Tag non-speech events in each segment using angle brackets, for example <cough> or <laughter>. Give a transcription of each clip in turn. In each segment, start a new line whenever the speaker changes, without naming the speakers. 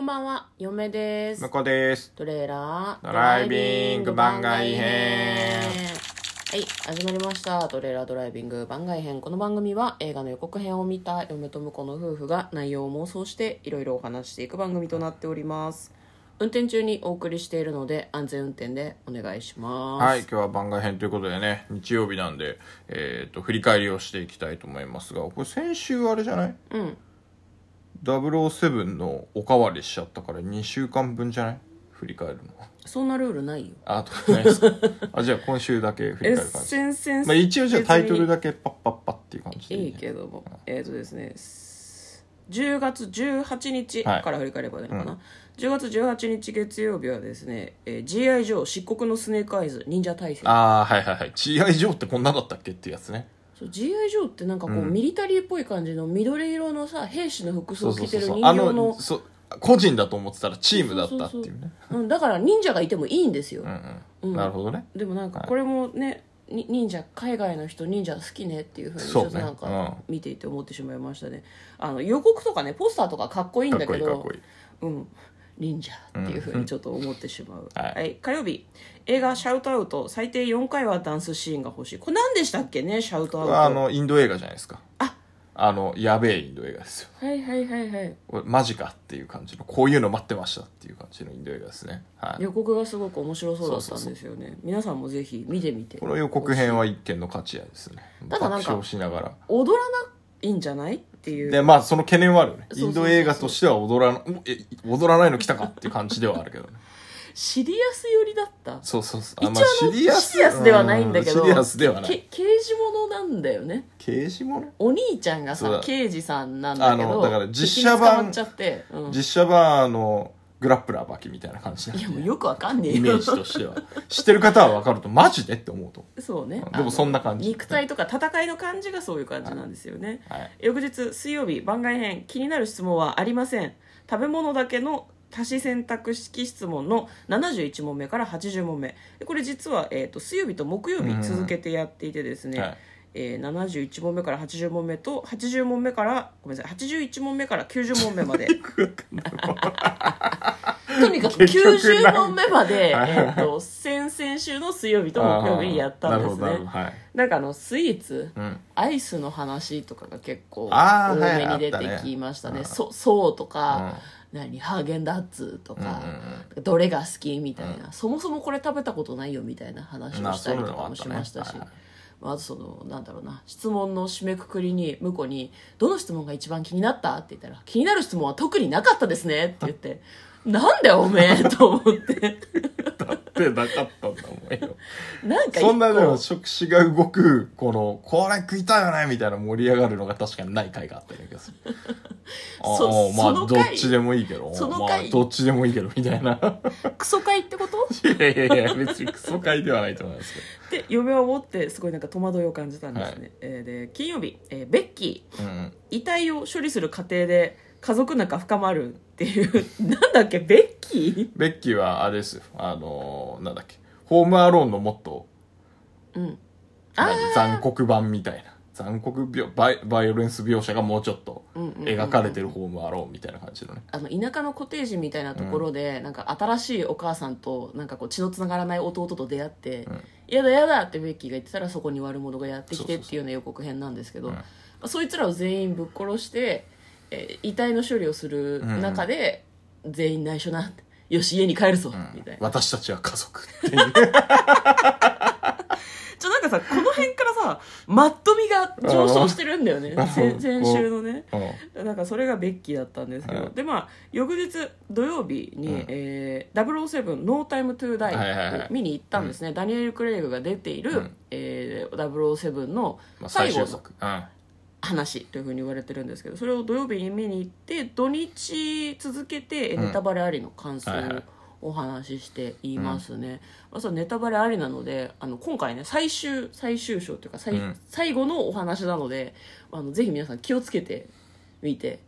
んばんは、嫁です
向。こうです。
トレーラー、
ドライビング番外編
はい、始まりました。トレーラードライビング番外編。この番組は映画の予告編を見た嫁と婿の夫婦が内容を妄想していろいろお話していく番組となっております。運転中にお送りしているので安全運転でお願いします。
はい、今日は番外編ということでね、日曜日なんで、えっ、と、振り返りをしていきたいと思いますが、これ先週あれじゃない
うん。
?007 のおかわりしちゃったから2週間分じゃない振り返るの。
そんなルールないよ。
あ、とかな
<laughs>
いですかあ、じゃあ今週だけ振り
え、
返る感じ。
先生、
まあ一応じゃあタイトル
だ
だけパッパッパッっていう感じで
いいけども、えっ、とですね、す10月18日
はい
から振り返ればいいのかな、10月18日月曜日はですね、えー、G.I. ジョー、漆黒のスネークアイズ、忍者大戦。
ああ、はいはいはい。G.I. ジョーってこんなだったっけっていうやつね。
そう G.I. ジョーってなんかこう、ミリタリーっぽい感じの緑色のさ、兵士の服
そ
装
う
を
そう
着
そ
て
う
る
そう。
人
あ
形
の、
の、
そう、個人だと思ってたらチームだったっていうね。
うん、だから忍者がいてもいいんですよ。
うんうん。なるほどね。
でもなんかこれもね、に忍者海外の人忍者好きねっていうふうにち
そう
ょ
ね
っとなんか
う
見ていて思ってしまいましたねあの予告とかねポスターとかかっこいいん
かっ
だ
こい
け
いか
ど
っこいい。
うん、忍者っていうふうにちょっと思ってしまう、
はい
火曜日映画「シャウトアウト」最低4回はダンスシーンが欲しいこれ何でしたっけねシャウトアウト
あのインド映画じゃないですか
あ
あのやべえインド映画ですよ
はいはいはいはい
これマジかっていう感じのこういうの待ってましたっていう感じのインド映画ですね、はい、
予告がすごく面白そうだったんですよね皆さんもぜひ見てみて
この予告編は一見の価値やですね
た
爆
だなんか
笑しながら
踊らないんじゃないっていう
でまあその懸念はあるよね
そうそう
イ
そう
ンド映画としては踊らなえ踊らないの来たかっていう感じではあるけどね
シリアス寄りだった
そうそうそう
一応あのシリアスではないんだけど
うシリアスではな
け
い
刑事ものなんだよね
刑事もね
お兄ちゃんが
そう
さ
だ
刑事さんなんだけ
あ
ど
のだから実写
敵に捕
版
まっちゃって、うん
実写版のグラップラーバキみたいな感じなん
い
で
やもうよくわかんねえ
イメ
よ
ージとしては知ってる方は分かるとマジでって思うと思う
そうね
うん
あ
で
の
もそんな感じ
肉体とか戦いの感じがそういう感じなんですよね、
はい
翌日水曜日番外編気になる質問はありません食べ物だけの多子選択式質問の71問目から80問目これ実は、えー、と水曜日と木曜日続けてやっていてですね、
はい
えー、71問目から80問目と80問目からごめんなさい81問目から90問目ま
<laughs>
でとにかく
結局な
90
ん
問目まで、え
はい
ー、と先々週の水曜日と木曜日にやったんです
あーなるほどなるほ
ね
どはい。
なんかあのスイーツ、
うん。
アイスの話とかが結構
あ
多
ーはい
めに出
あったね
てきましたね「そそう」とか「
う
何ハーゲンダッツ」とか
うんうん
「どれが好き?」みたいな、そもそもこれ食べたことないよみたいな話を
な
したり
そうい
と
うのも
かもし
あったね
ましたし
はいはい
まああとそのなんだろうな質問の締めくくりに向こうに「どの質問が一番気になった?」って言ったら「気になる質問は特になかったです
<laughs>
ね」って言って「なんだよおめえ」と思って
で、なかったんだもんよ。
なんか一個
そんなでも、触手が動く、この、これ食いたいよねみたいな盛り上がるのが確かにない回があったような気がする。あ
そ
あ、まあ、
その
どっ
回
ちでもいいけど、
その
まあ
回、
どっちでもいいけど、みたいな。
クソ会ってこと
いやいやいや、別にクソ回ではないと思いますけ
って嫁は思ってすごいなんか戸惑いを感じたんですね、えーで金曜日、えーベッキー
ど。うんうん。
遺体を処理する過程で家族仲深まるっていうなんだっけベッキ
ベッキーは、あれですよ。あのー、なんだっけ。ホームアローンのもっと、
ーうんあ
何残酷版みたいな残酷描バイバイオレンス描写がもうちょっと
うんうんうんうん
描かれてるホームアローンみたいな感じのね
あの田舎のコテージみたいなところで、なんか新しいお母さんとなんかこう血のつながらない弟と出会って「
ん
やだやだ」ってベッキーが言ってたらそこに悪者がやってき
そう
て
そう
っ
そう
ていうような予告編なんですけど
うん
まあそいつらを全員ぶっ殺して、えー遺体の処理をする中で、全員内緒なよし家に帰るぞ、みたいな
私たちは家族っていう
<laughs> ちょなんかさこの辺からさマッとみが上昇してるんだよね
あ
先先週のね
う
<laughs>
ん
なんかそれがベッキーだったんですけど、
うん
でまあ翌日土曜日に、
うん
えー、007「ノータイムトゥーダ
はいはい
イ
は
を
い
見に行ったんですね、ダニエル・クレイグが出ている、
うん
えー、007の
まあ
最
最
後
終
の
作うん
話というふうに言われてるんですけどそれを土曜日に見に行って土日続けてえ
うん
ネタバレありの感想を
はいはい
お話ししていますね、まあ、そのネタバレありなのであの今回ね最終最終章というか最,、
うん
最後のお話なのであのぜひ皆さん気をつけて見て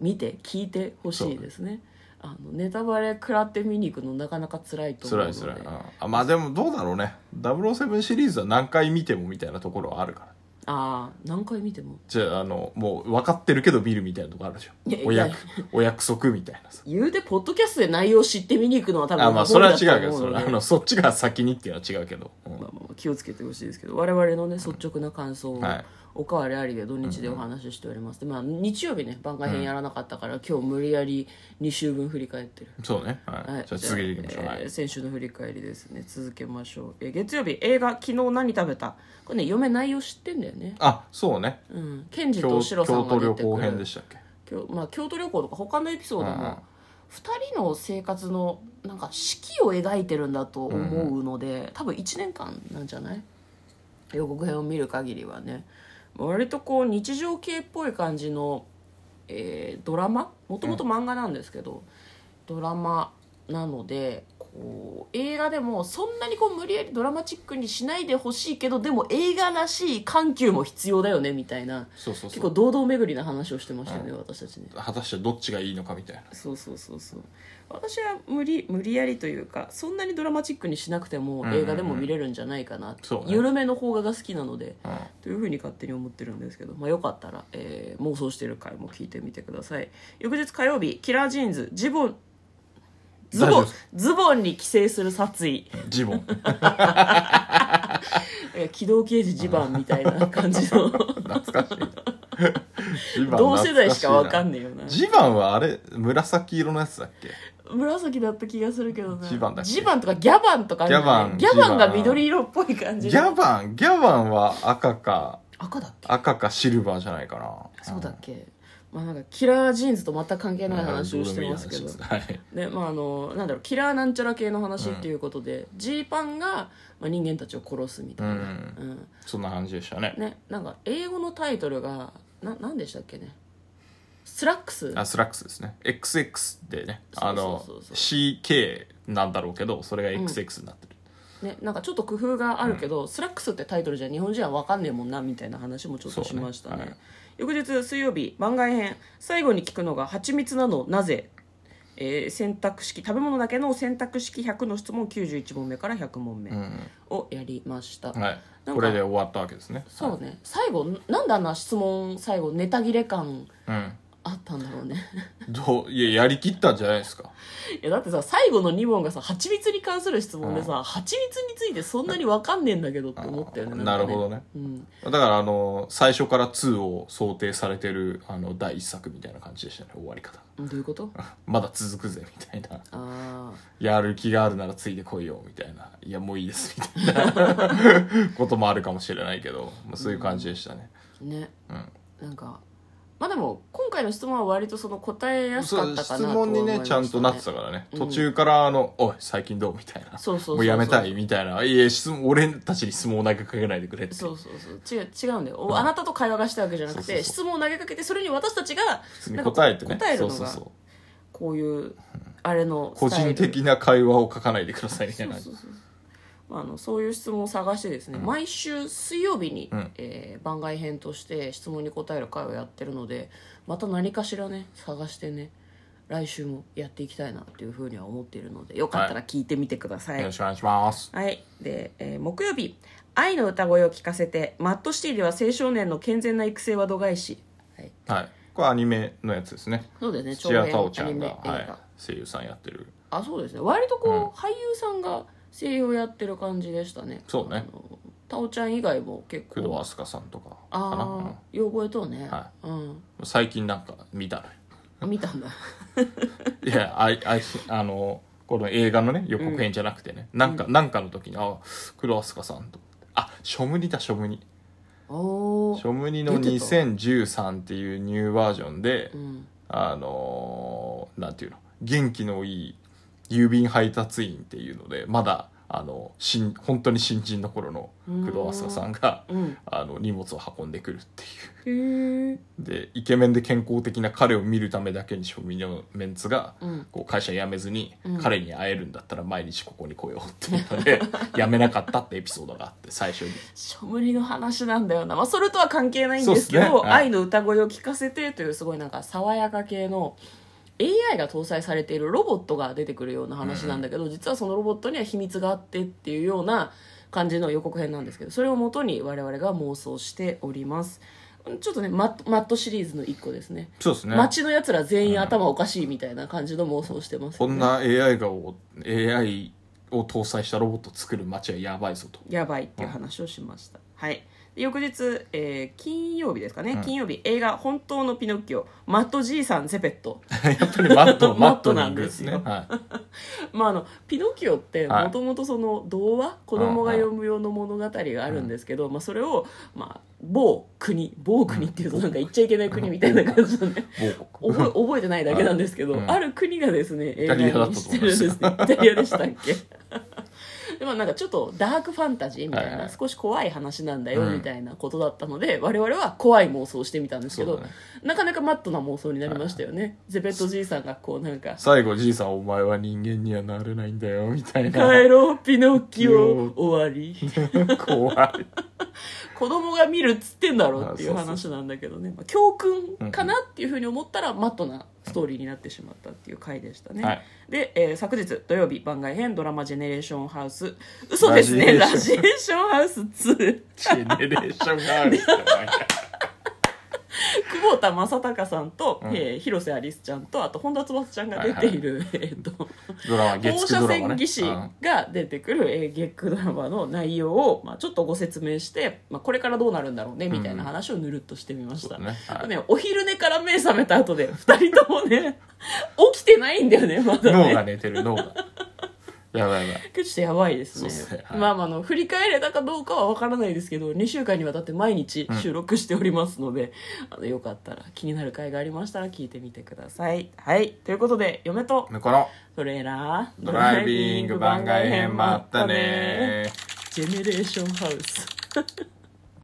見て聞いてほしいですねあのネタバレ食らって見に行くのなかなか辛いと思う
辛
の
い
で
辛いうんあまあでもどうだろうね007シリーズは何回見てもみたいなところはあるから
ああ何回見ても
じゃああのもう分かってるけど見るみたいなとこあるじゃ
いやいや
んお約お約束みたいなさ
言うてポッドキャストで内容知って見に行くのは多分
あまあそれは違うけど
思
それ <laughs>
の
は
で
あのそっちが先にっていうのは違うけど、うん
まあまあ気をつけてほしいですけど我々のね率直な感想を、
はい
おかわりありで土日でお話ししております、でまあ、日曜日ね番外編やらなかったから、今日無理やり2週分振り返ってる
そうねはい、
はい、
じゃあ続けていきましょう、
じゃあ
は
えー
い
先週の振り返りですね続けましょう、えー月曜日映画「昨日何食べた?」これね嫁内容知ってんだよね
あそうね
うんケンジと
京
シロ
京
さんが
都
出て
旅
くる
行編でしたっけ
京,、まあ、京都旅行とか他のエピソード
うんうん
も2人の生活のなんか四季を描いてるんだと思うので、多分1年間なんじゃない予告編を見る限りはね割とこう日常系っぽい感じの、えードラマもともと漫画なんですけど、ドラマなのでこう映画でもそんなにこう無理やりドラマチックにしないでほしいけどでも映画らしい緩急も必要だよねみたいな
そうそう
結
そ
構
う
堂々巡りな話をしてましたよね、私たちね
果たしてどっちがいいのかみたいな
そうそうそうそう私は無理無理やりというかそんなにドラマチックにしなくても
んうんうん
映画でも見れるんじゃないかな、
そうね
緩めの方がが好きなので
うん
というふうに勝手に思ってるんですけど、まあ、よかったら、えー妄想してる回も聞いてみてください翌日火曜日キラージーンズズボンズ
大丈
ボ
夫
ン
です
ズボンに寄生する殺意 <laughs>
ジボン
えー機動刑事ジバンみたいな感じの
<laughs> 懐かしいジバン
同世代しかわか
ない
んねえよな
ジバンはあれ紫色のやつだっけ
紫だった気がするけどな
ジバンだっけ
ジバンとかギャバンとかあるよね
ギャバン
ギャバン
ジ
が
バン
緑色っぽい感じ
ギ
の
ャバンギャバンは赤か
赤だっけ
赤かシルバーじゃないかな
そうだっけ、まあなんかキラージーンズと全く関係
うん
ない話をしてますけど
どうでもいい話ですはい
ねまあ、あのなんだろうキラーなんちゃら系の話っていうことでジー、パンが、まあ、人間たちを殺すみたいな、
うん
うん
そんな感じでしたね
ねなんか英語のタイトルがななんでしたっけねスラックス
あスラックスですね XX でねあの
そうそうそう
CK なんだろうけどそれが XX になってる、
ね、なんかちょっと工夫があるけど、スラックスってタイトルじゃ日本人は分かんねえもんなみたいな話もちょっとしましたね
そうねはい
翌日水曜日番外編最後に聞くのが「蜂蜜なのなぜ?」えー選択式食べ物だけの選択式100の質問91問目から100問目をやりました、
はい
なんか
これで終わったわけですね
そうね最後なんであんな質問最後ネタ切れ感
うん
あったんだろうね <laughs>
どういややりきったんじゃないですか
いやだってさ最後の2問がさ蜂蜜に関する質問でさ、蜂蜜についてそんなに分かんねえんだけどって思ったよね
なるほ
ど、
どね
うん、
だからあの最初から2を想定されてるあの第一作みたいな感じでしたね終わり方 <laughs>
どういうこと
まだ続くぜみたいな
ああ
やる気があるならついてこいよみたいないやもういいですみたい
<laughs>
なこともあるかもしれないけど、まあ、そういう感じでしたね、
ね
うん、
なんかまあでも今回の質問は割とその答えやすか
そう
ったかな
質
とは思い
問
ま
に
した、
ね
ね、
ちゃんとなってたからね、
うん
途中からあの「おい最近どう?」みたいな
そうそうそうそう
もうやめたい」みたいな「いや質問俺たちに質問を投げかけないでくれ」って
そうそうそう違う違うんだよ、おあなたと会話がしたわけじゃなくて
そうそうそう
質問を投げかけてそれに私たちが
普通に答えて
な
ね
んか答えるのが
そうそうそう
こういうあれの
個
スタイ
人
ル
的な会話を書かないでくださいみた
そ
いうな
そうそうまああのそういう質問を探してですね、毎週水曜日に、
ん
えー番外編として質問に答える会をやってるのでまた何かしらね探してね来週もやっていきたいなっていうふうには思っているのでよかったら聞いてみてください
よろしくお願いします
はい。で、えー木曜日、愛の歌声を聞かせて、マッドシティでは青少年の健全な育成は度外視。はい。
はいこれアニメのやつですね
そうですね、
土屋太鳳ち
ア
ゃ
ニ
んが、
メ映画。
はい、声優さんやってる
あ、そうですね。割とこう、俳優さんが声優をやってる感じでしたね。
そうね
あの。太鳳ちゃん以外も結
工藤
構。
飛鳥さんとかかなうん
ああ、よう覚えとうね。
は <laughs>
うん。
最近なんか見たのよ
あ見たんだ。
いやあいあいあのこの映画のね予告編じゃなくてね、なんか、なんかの時にあ黒飛鳥さんとあショムニだショムニ
お
シ
ー。
ョムニの
出てた
2013っていうニューバージョンで、
うん。
あのーなんていうの元気のいい郵便配達員っていうのでまだあの新本当に新人の頃の黒飛鳥さんが
うん。
あの荷物を運んでくるっていう
へえ。
でイケメンで健康的な彼を見るためだけに庶民のメンツが、
うん
こう会社辞めずに、
うん
彼に会えるんだったら毎日ここに来ようっていうので
<laughs>
辞めなかったってエピソードがあって最初に
しょむりの話なんだよな、まあ、それとは関係ないんですけど
そうっすねはい
愛の歌声を聞かせて」というすごいなんか爽やか系の AI が搭載されているロボットが出てくるような話なんだけど、実はそのロボットには秘密があってっていうような感じの予告編なんですけどそれを元に我々が妄想しておりますちょっとねママットシリーズの一個ですね
そうですね
街のやつら全員頭おかしいみたいな感じの妄想してます
こ
よね、
んな AI がを AI を搭載したロボットを作る街はやばいぞと
やばいっていう話をしました、はいで翌日、えー金曜日ですかね、
ん
金曜日映画「本当のピノッキオ」マット爺さんゼペット <laughs>
やっぱりマット
マ
マ
ッ
ッ
ト
ト
な
なんん
で
ですす
よ
ねはい
まあ、あのピノキオって
はい
もともとその童話子供が読む用の物語があるんですけど、まあ、それを、まあ、某国某国っていうとなんか言っちゃいけない国みたいな感じのね
某国 <laughs>
覚え覚えてないだけなんですけど、
うん
ある国がですね映画
イタリアだった
に
と
して
思い
るんです
ま
すね
<laughs>
イタリアでしたっけ <laughs> でもなんかちょっとダークファンタジーみたいな、
はいはい
少し怖い話なんだよ
うん
みたいなことだったので、我々は怖い妄想をしてみたんですけ
そ
ど、
うだね
なかなかマットな妄想になりましたよね、ゼペットじいさんがこうなんか
最後じいさんお前は人間にはなれないんだよみたいな
帰ろうピノッキオ終わ
<laughs>
り
怖い
子供が見るっつってんだろうっていう話なんだけどねまあ教訓かなっていうふうに思ったらマットなストーリーになってしまったっていう回でしたね、
はい
で、えー昨日土曜日番外編ドラマ「ジェネレーションハウス」嘘ですね「ラ
ラ
ジ
ジ
エーションハウス2
ジェネレーションがある人なんか」
久保田正孝さんと、
うん
えー広瀬アリスちゃんとあと本田翼ちゃんが出ている、えーっと
ドラマ月
放
9
射
ドラマ
線
ね
技師
うん
が出てくるえー月9ドラマの内容を、まあ、ちょっとご説明して、まあ、これからどうなるんだろうねみたいな話をぬるっとしてみまし
そう
た、
だねはい
ねお昼寝から目覚めた後で2人ともね <laughs> 起きてないんだよねまだ
脳
ね
が寝てる脳がやばいやばい
ちょっとやばいですね
そうですねはい
まあまああの振り返れたかどうかは分からないですけど2週間にわたって毎日収録しておりますので、あのよかったら気になる回がありましたら聞いてみてくださいはいということで嫁と
向こうの
トレーラー
ドライビング番外編もあったね
ジェネレーションハウス